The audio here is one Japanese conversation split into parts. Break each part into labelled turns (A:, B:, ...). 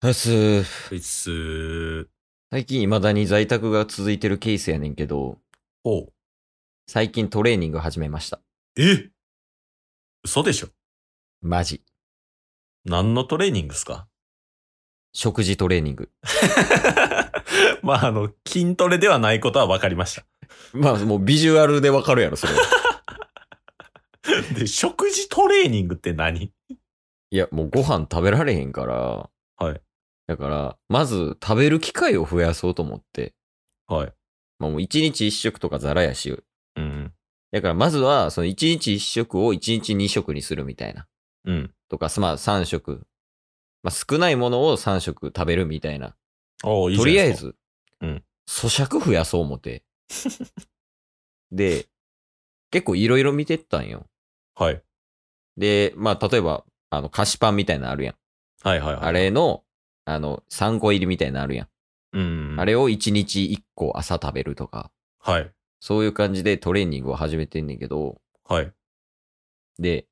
A: あす
B: ういっすー。
A: 最近未だに在宅が続いてるケースやねんけど、
B: おう
A: 最近トレーニング始めました。
B: え嘘でしょ
A: マジ。
B: 何のトレーニングっすか
A: 食事トレーニング。
B: まあ、あの、筋トレではないことは分かりました。
A: まあもうビジュアルでわかるやろ、それは。
B: で、食事トレーニングって何
A: いや、もうご飯食べられへんから。
B: はい。
A: だから、まず食べる機会を増やそうと思って。
B: はい。
A: まあもう一日一食とかザラやし。
B: うん。
A: だからまずは、その一日一食を一日二食にするみたいな。
B: うん。
A: とか、まあ三食。まあ少ないものを三食食べるみたいな。
B: おういいじ
A: と
B: ゃない
A: りあえ
B: ですか。
A: ず、
B: うん
A: 咀嚼増やそう思 て。で、結構いろいろ見てったんよ。
B: はい。
A: で、まあ、例えば、あの、菓子パンみたいなのあるやん。
B: はいはいはい。
A: あれの、あの、3個入りみたいなのあるやん。
B: うん。
A: あれを1日1個朝食べるとか、
B: はい。
A: そういう感じでトレーニングを始めてんねんけど、
B: はい。
A: で、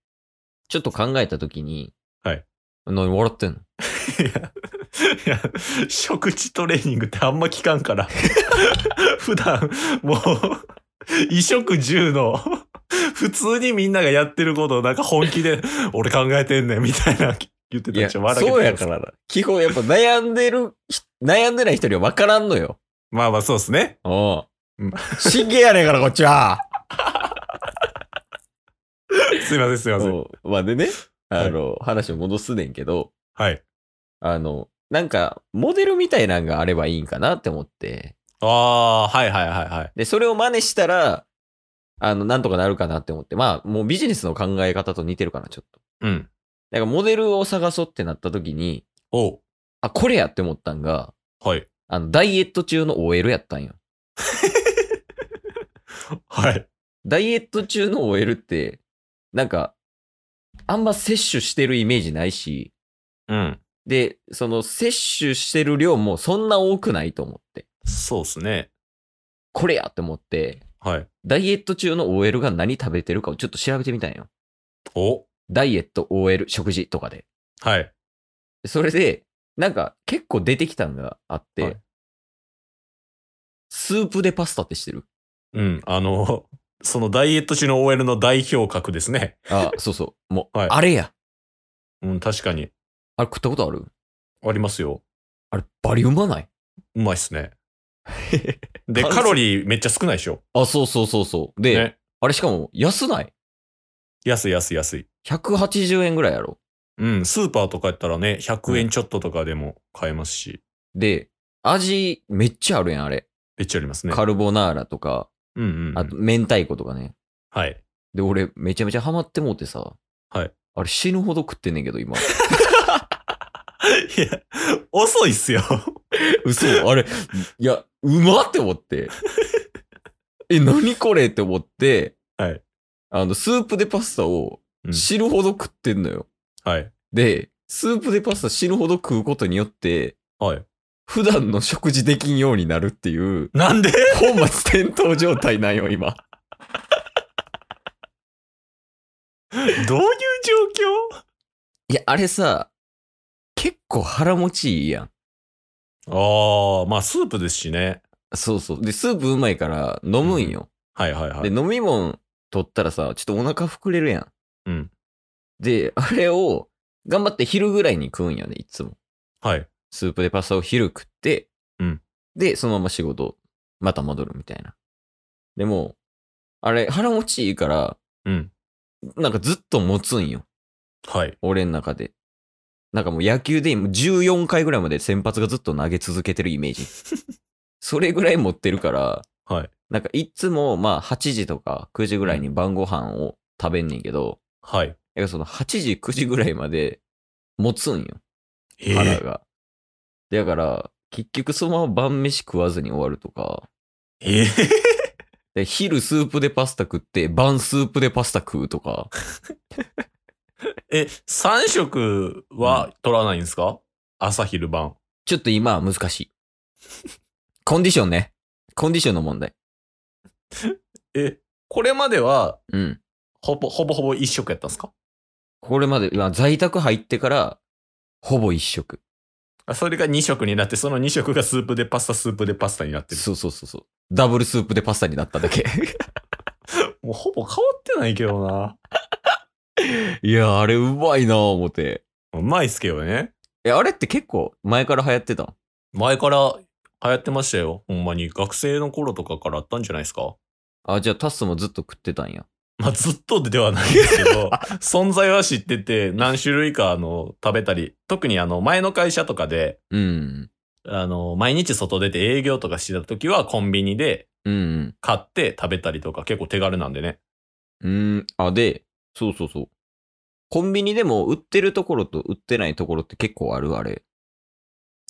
A: ちょっと考えたときに、
B: はい。
A: 何笑ってんの
B: いや、いや食事トレーニングってあんま聞かんから。 普段、もう、衣食住の、普通にみんながやってることをなんか本気で、俺考えてんねんみたいな言ってた
A: いや、
B: ちょ笑けて
A: そうや
B: た
A: からな。基本やっぱ悩んでる人、悩んでない人には分からんのよ。
B: まあまあそうですね。
A: お
B: うん
A: 真剣やねんから、こっちは。
B: すいませんすいません。
A: うんまあでね、あの、話を戻すねんけど、
B: はい。
A: あの、なんか、モデルみたいなんがあればいいんかなって思って、
B: ああー、はいはいはいはい。
A: で、それを真似したら、あの、なんとかなるかなって思って、まあ、もうビジネスの考え方と似てるかな、ちょっと。
B: うん。
A: だから、モデルを探そうってなった時に、
B: おう
A: あ、これやって思ったんが、
B: はい。
A: あの、ダイエット中の OL やったんよ。
B: はい。
A: ダイエット中の OL って、なんか、あんま摂取してるイメージないし、
B: うん。
A: で、その摂取してる量もそんな多くないと思って、
B: そうですね。
A: これやって思って、
B: はい。
A: ダイエット中の OL が何食べてるかをちょっと調べてみたんよ。
B: お
A: ダイエット OL 食事とかで。
B: はい。
A: それで、なんか結構出てきたんがあって、
B: はい
A: スープでパスタってしてる
B: うん。あの、そのダイエット中の OL の代表格ですね。
A: あ、そうそう。もう、
B: はい
A: あれや。
B: うん、確かに。
A: あれ食ったことある
B: ありますよ。
A: あれバリうまないう
B: まいっす ね。で、
A: 完成
B: カロリーめっちゃ少ないでしょ。
A: あ、そうそうそうそう。で、
B: ね。
A: あれしかも安ない
B: 安い安い安い。
A: ?180 円ぐらいやろ。
B: うん、スーパーとかやったらね、100円ちょっととかでも買えますし、
A: で、味めっちゃあるやん、あれ。
B: めっちゃありますね。
A: カルボナーラとか、
B: うんうん、うん。
A: あと、明太子とかね。
B: はい。
A: で、俺、めちゃめちゃハマってもうてさ。
B: はい。
A: あれ、死ぬほど食ってんねんけど、今。
B: いや、遅いっすよ。
A: 嘘あれ、いや、うまって思って。 え、何これって思って、
B: はい。
A: あの、スープでパスタを
B: うん
A: 死ぬほど食ってんのよ。
B: はい。
A: で、スープでパスタ死ぬほど食うことによって、
B: はい。
A: 普段の食事できんようになるっていう、
B: なんで
A: 本末転倒状態なんよ、今。
B: どういう
A: いや、あれさ、結構腹持ちいいやん。
B: 状況ああ、まあスープですしね。
A: そうそう。で、スープうまいから飲むんよ。
B: はいはいはい。
A: で、飲み物取ったらさ、ちょっとお腹膨れるやん。
B: うん。
A: で、あれを頑張って昼ぐらいに食うんよね、いつも。
B: はい。
A: スープでパスタを昼食って、
B: うん
A: で、そのまま仕事、また戻るみたいな。でも、あれ、腹持ちいいから、
B: うん。
A: なんかずっと持つんよ。
B: はい。
A: 俺の中で。なんかもう野球で今14回ぐらいまで先発がずっと投げ続けてるイメージ。 それぐらい持ってるから、
B: はい。
A: なんかいつもまあ8時とか9時ぐらいに晩ご飯を食べんねんけど、
B: はい。
A: だからその8時9時ぐらいまで持つんよ、
B: ええ
A: 腹が。だから結局そのまま晩飯食わずに終わるとか、
B: ええ
A: で昼スープでパスタ食って晩スープでパスタ食うとか、
B: え、3食は取らないんですか、朝昼晩。
A: ちょっと今は難しい。コンディションね。コンディションの問題。
B: え、これまでは、
A: うん。
B: ほぼ、ほぼほぼ一食やったんですか
A: これまで、まあ在宅入ってから、ほぼ一食。
B: あそれが2色になって、その2色がスープでパスタ、スープでパスタになってる。
A: そうそうそうそう。ダブルスープでパスタになっただけ。
B: もうほぼ変わってないけどな。
A: いや、あれうまいなぁ思って。
B: うまいっすけどね。
A: え、あれって結構前から流行ってたん
B: 前から流行ってましたよ。ほんまに。学生の頃とかからあったんじゃないですか。
A: あ、じゃあタッソもずっと食ってたんや。
B: まあ、ずっとではないですけ ど、存在は知ってて、何種類か、あの、食べたり、特にあの、前の会社とかで、
A: うん。
B: あの、毎日外出て営業とかしてた時は、コンビニで
A: うんうん。
B: 買って食べたりとか、結構手軽なんでね。
A: うーん。あ、で、そうそうそう。コンビニでも売ってるところと売ってないところって結構あるあれ。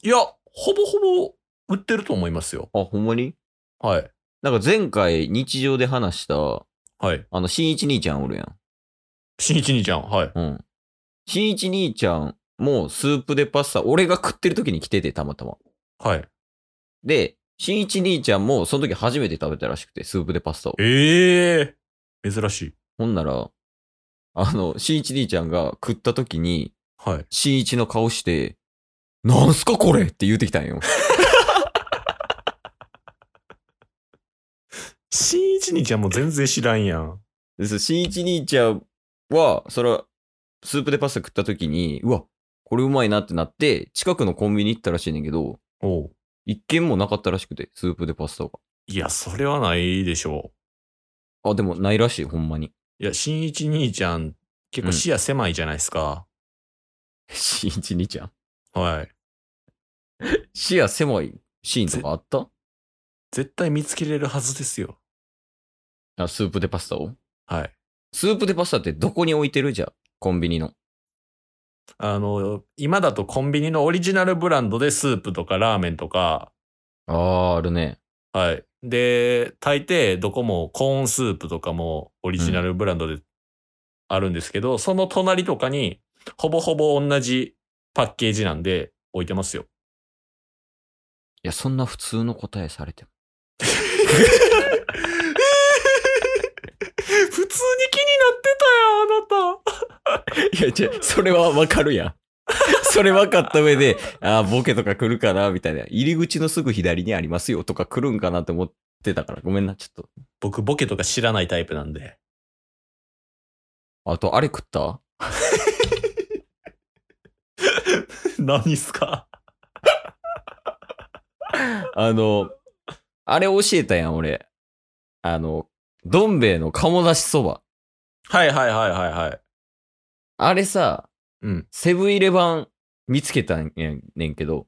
B: いや、ほぼほぼ売ってると思いますよ。
A: あ、ほんまに
B: はい。
A: なんか前回日常で話した、
B: はい。
A: あの、しんいち兄ちゃんおるやん。
B: しんいち兄ちゃん、はい。
A: うん。しんいち兄ちゃんもスープでパスタ、俺が食ってる時に来てて、たまたま。
B: はい。
A: で、しんいち兄ちゃんもその時初めて食べたらしくて、スープでパスタを。
B: ええ珍しい。
A: ほんなら、あの、しんいち兄ちゃんが食った時に、
B: はい。
A: しんいちの顔して、なんすかこれって言うてきたんよ。
B: しんいち兄ちゃんも全然知らんやん。
A: で、そうしんいち兄ちゃんは、それは、スープでパスタ食った時に、うわ、これうまいなってなって、近くのコンビニ行ったらしいねんけど、
B: おう
A: 一軒もなかったらしくて、スープでパスタが。
B: いや、それはないでしょ
A: あ、でもないらしい、ほんまに。
B: う。いや、しんいち兄ちゃん、結構視野狭いじゃないですか。
A: しんいち兄ちゃん。
B: はい。
A: 視野狭いシーンとかあった
B: 絶対見つけれるはずですよ。
A: あ、スープでパスタを
B: はい。
A: スープでパスタってどこに置いてるじゃあ、コンビニの。
B: あの、今だとコンビニのオリジナルブランドでスープとかラーメンとか、
A: ああ、あるね。
B: はい。で、大抵どこもコーンスープとかもオリジナルブランドであるんですけど、その隣とかにほぼほぼ同じパッケージなんで置いてますよ。
A: いや、そんな普通の答えされても。
B: 普通に気になってたよ、あなた。
A: いや、違う、それはわかるやん。 それ分かった上で、ああ、ボケとか来るかな、みたいな。入り口のすぐ左にありますよとか来るんかなって思ってたから。ごめんな、ちょっと。
B: 僕、ボケとか知らないタイプなんで。
A: あと、あれ食った
B: 何っすか
A: あの、あれ教えたやん、俺。あの、どん兵衛の鴨だしそば。
B: はいはいはいはいはい。
A: あれさ、
B: うん。
A: セブンイレ版見つけたんやねんけど、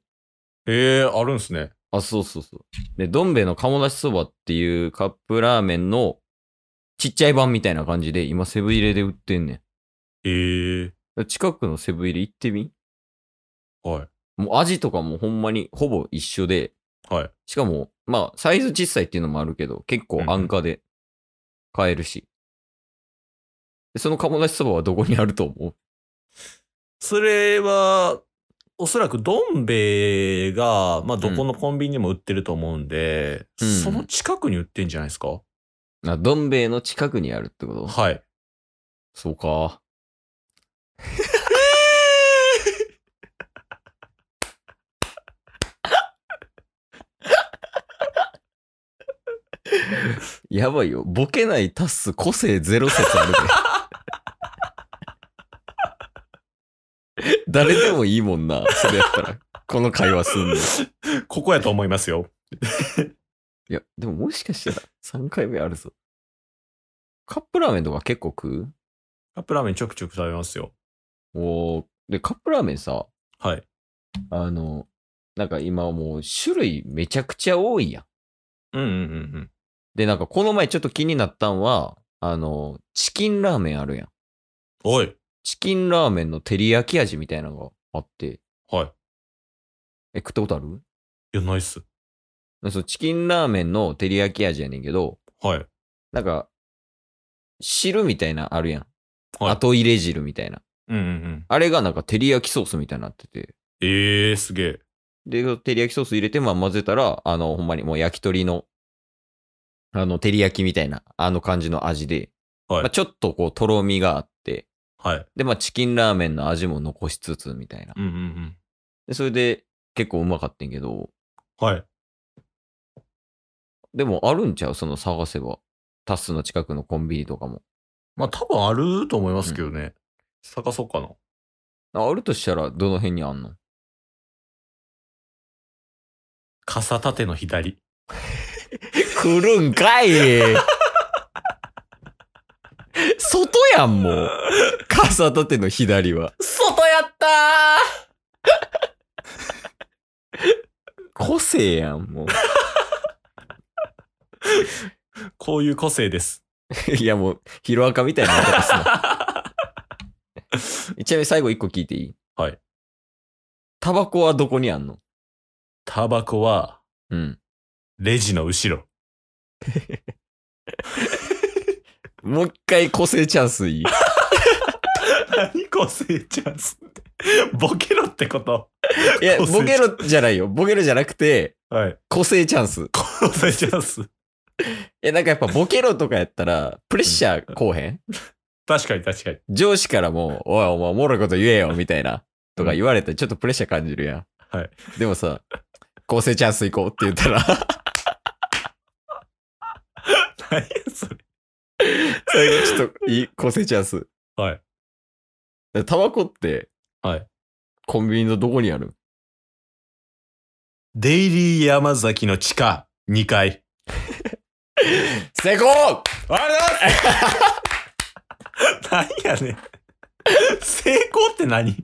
B: ええあるんすね。
A: あ、そうそうそう。で、どん兵衛の鴨だしそばっていうカップラーメンのちっちゃい版みたいな感じで、今セブンイレで売ってんねん。だか
B: ええ
A: ら近くのセブンイレ行ってみ
B: はい。
A: もう味とかもほんまにほぼ一緒で、
B: はい。
A: しかも、まあ、サイズ小さいっていうのもあるけど、結構安価で買えるし。でその鴨だしそばはどこにあると思う
B: それは、おそらくどん兵衛が、まあ、どこのコンビニにも売ってると思うんで、
A: うん
B: その近くに売ってんじゃないですか、
A: あどん兵衛の近くにあるってこと
B: はい。
A: そうか。やばいよ。ボケないタス個性ゼロ説あるで。誰でもいいもんな。それやったら。この会話すんの。い
B: ここやと思いますよ。
A: や、でももしかしたら3回目あるぞ。カップラーメンとか結構食う
B: カップラーメンちょくちょく食べますよ。
A: おーで、カップラーメンさ、
B: はい。
A: あの、なんか今もう種類めちゃくちゃ多いやん。
B: うんうんうん
A: で、なんかこの前ちょっと気になったんは、あの、チキンラーメンあるやん。
B: うん。おい。
A: チキンラーメンの照り焼き味みたいなのがあって、
B: はい。
A: え、食ったことある
B: いや、ないっす。
A: そうチキンラーメンの照り焼き味やねんけど、
B: はい。
A: なんか、汁みたいなあるやん。
B: はい
A: 後入れ汁みたいな。
B: うんうんうん。
A: あれがなんか照り焼きソースみたいになってて。
B: ええー、すげえ。
A: で、照り焼きソース入れて、まあ混ぜたら、あの、ほんまにもう焼き鳥の、あの、照り焼きみたいな、あの感じの味で、
B: はい
A: まあちょっとこう、とろみがあって、
B: はい。
A: で、まあチキンラーメンの味も残しつつ、みたいな。
B: うんうんうん。
A: で、それで、結構うまかってんけど、
B: はい。
A: でもあるんちゃうその探せば。タスの近くのコンビニとかも。
B: まあ多分あると思いますけどね。探そうかな。
A: ああるとしたらどの辺にあんの
B: 傘立ての左。
A: 来るんかい外やん、もう。傘立ての左は。
B: 外やった
A: 個性やん、も
B: ーこういう個性です。
A: う。 いや、もう、ヒロアカみたいな言い方す なちなみに最後一個聞いていい
B: はい。
A: タバコはどこにあんの
B: タバコは、
A: うん。
B: レジの後ろ。
A: もう一回個性チャンス いい
B: 何個性チャンスって。ボケろってこと。
A: いや、
B: 個性
A: ボケろじゃないよ。ボケろじゃなくて、
B: はい。
A: 個性チャンス。い
B: 個性チャンス。
A: や、なんかやっぱボケろとかやったら、プレッシャーこうへん
B: 確かに確かに。
A: 上司からも、おい、お前、おもろいこと言えよ、みたいな、とか言われたら、ちょっとプレッシャー感じるやん。
B: はい。
A: でもさ、構成チャンス行こうって言ったら、
B: 何やそれ。
A: 最後、ちょっと、いい、構成チャンス。
B: はい。
A: タバコって、
B: はい。
A: コンビニのどこにある
B: デイリー山崎の地下2階。
A: 成功
B: あれだ 何やねん。成功って何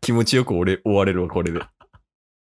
A: 気持ちよく俺、終われるわ、これで。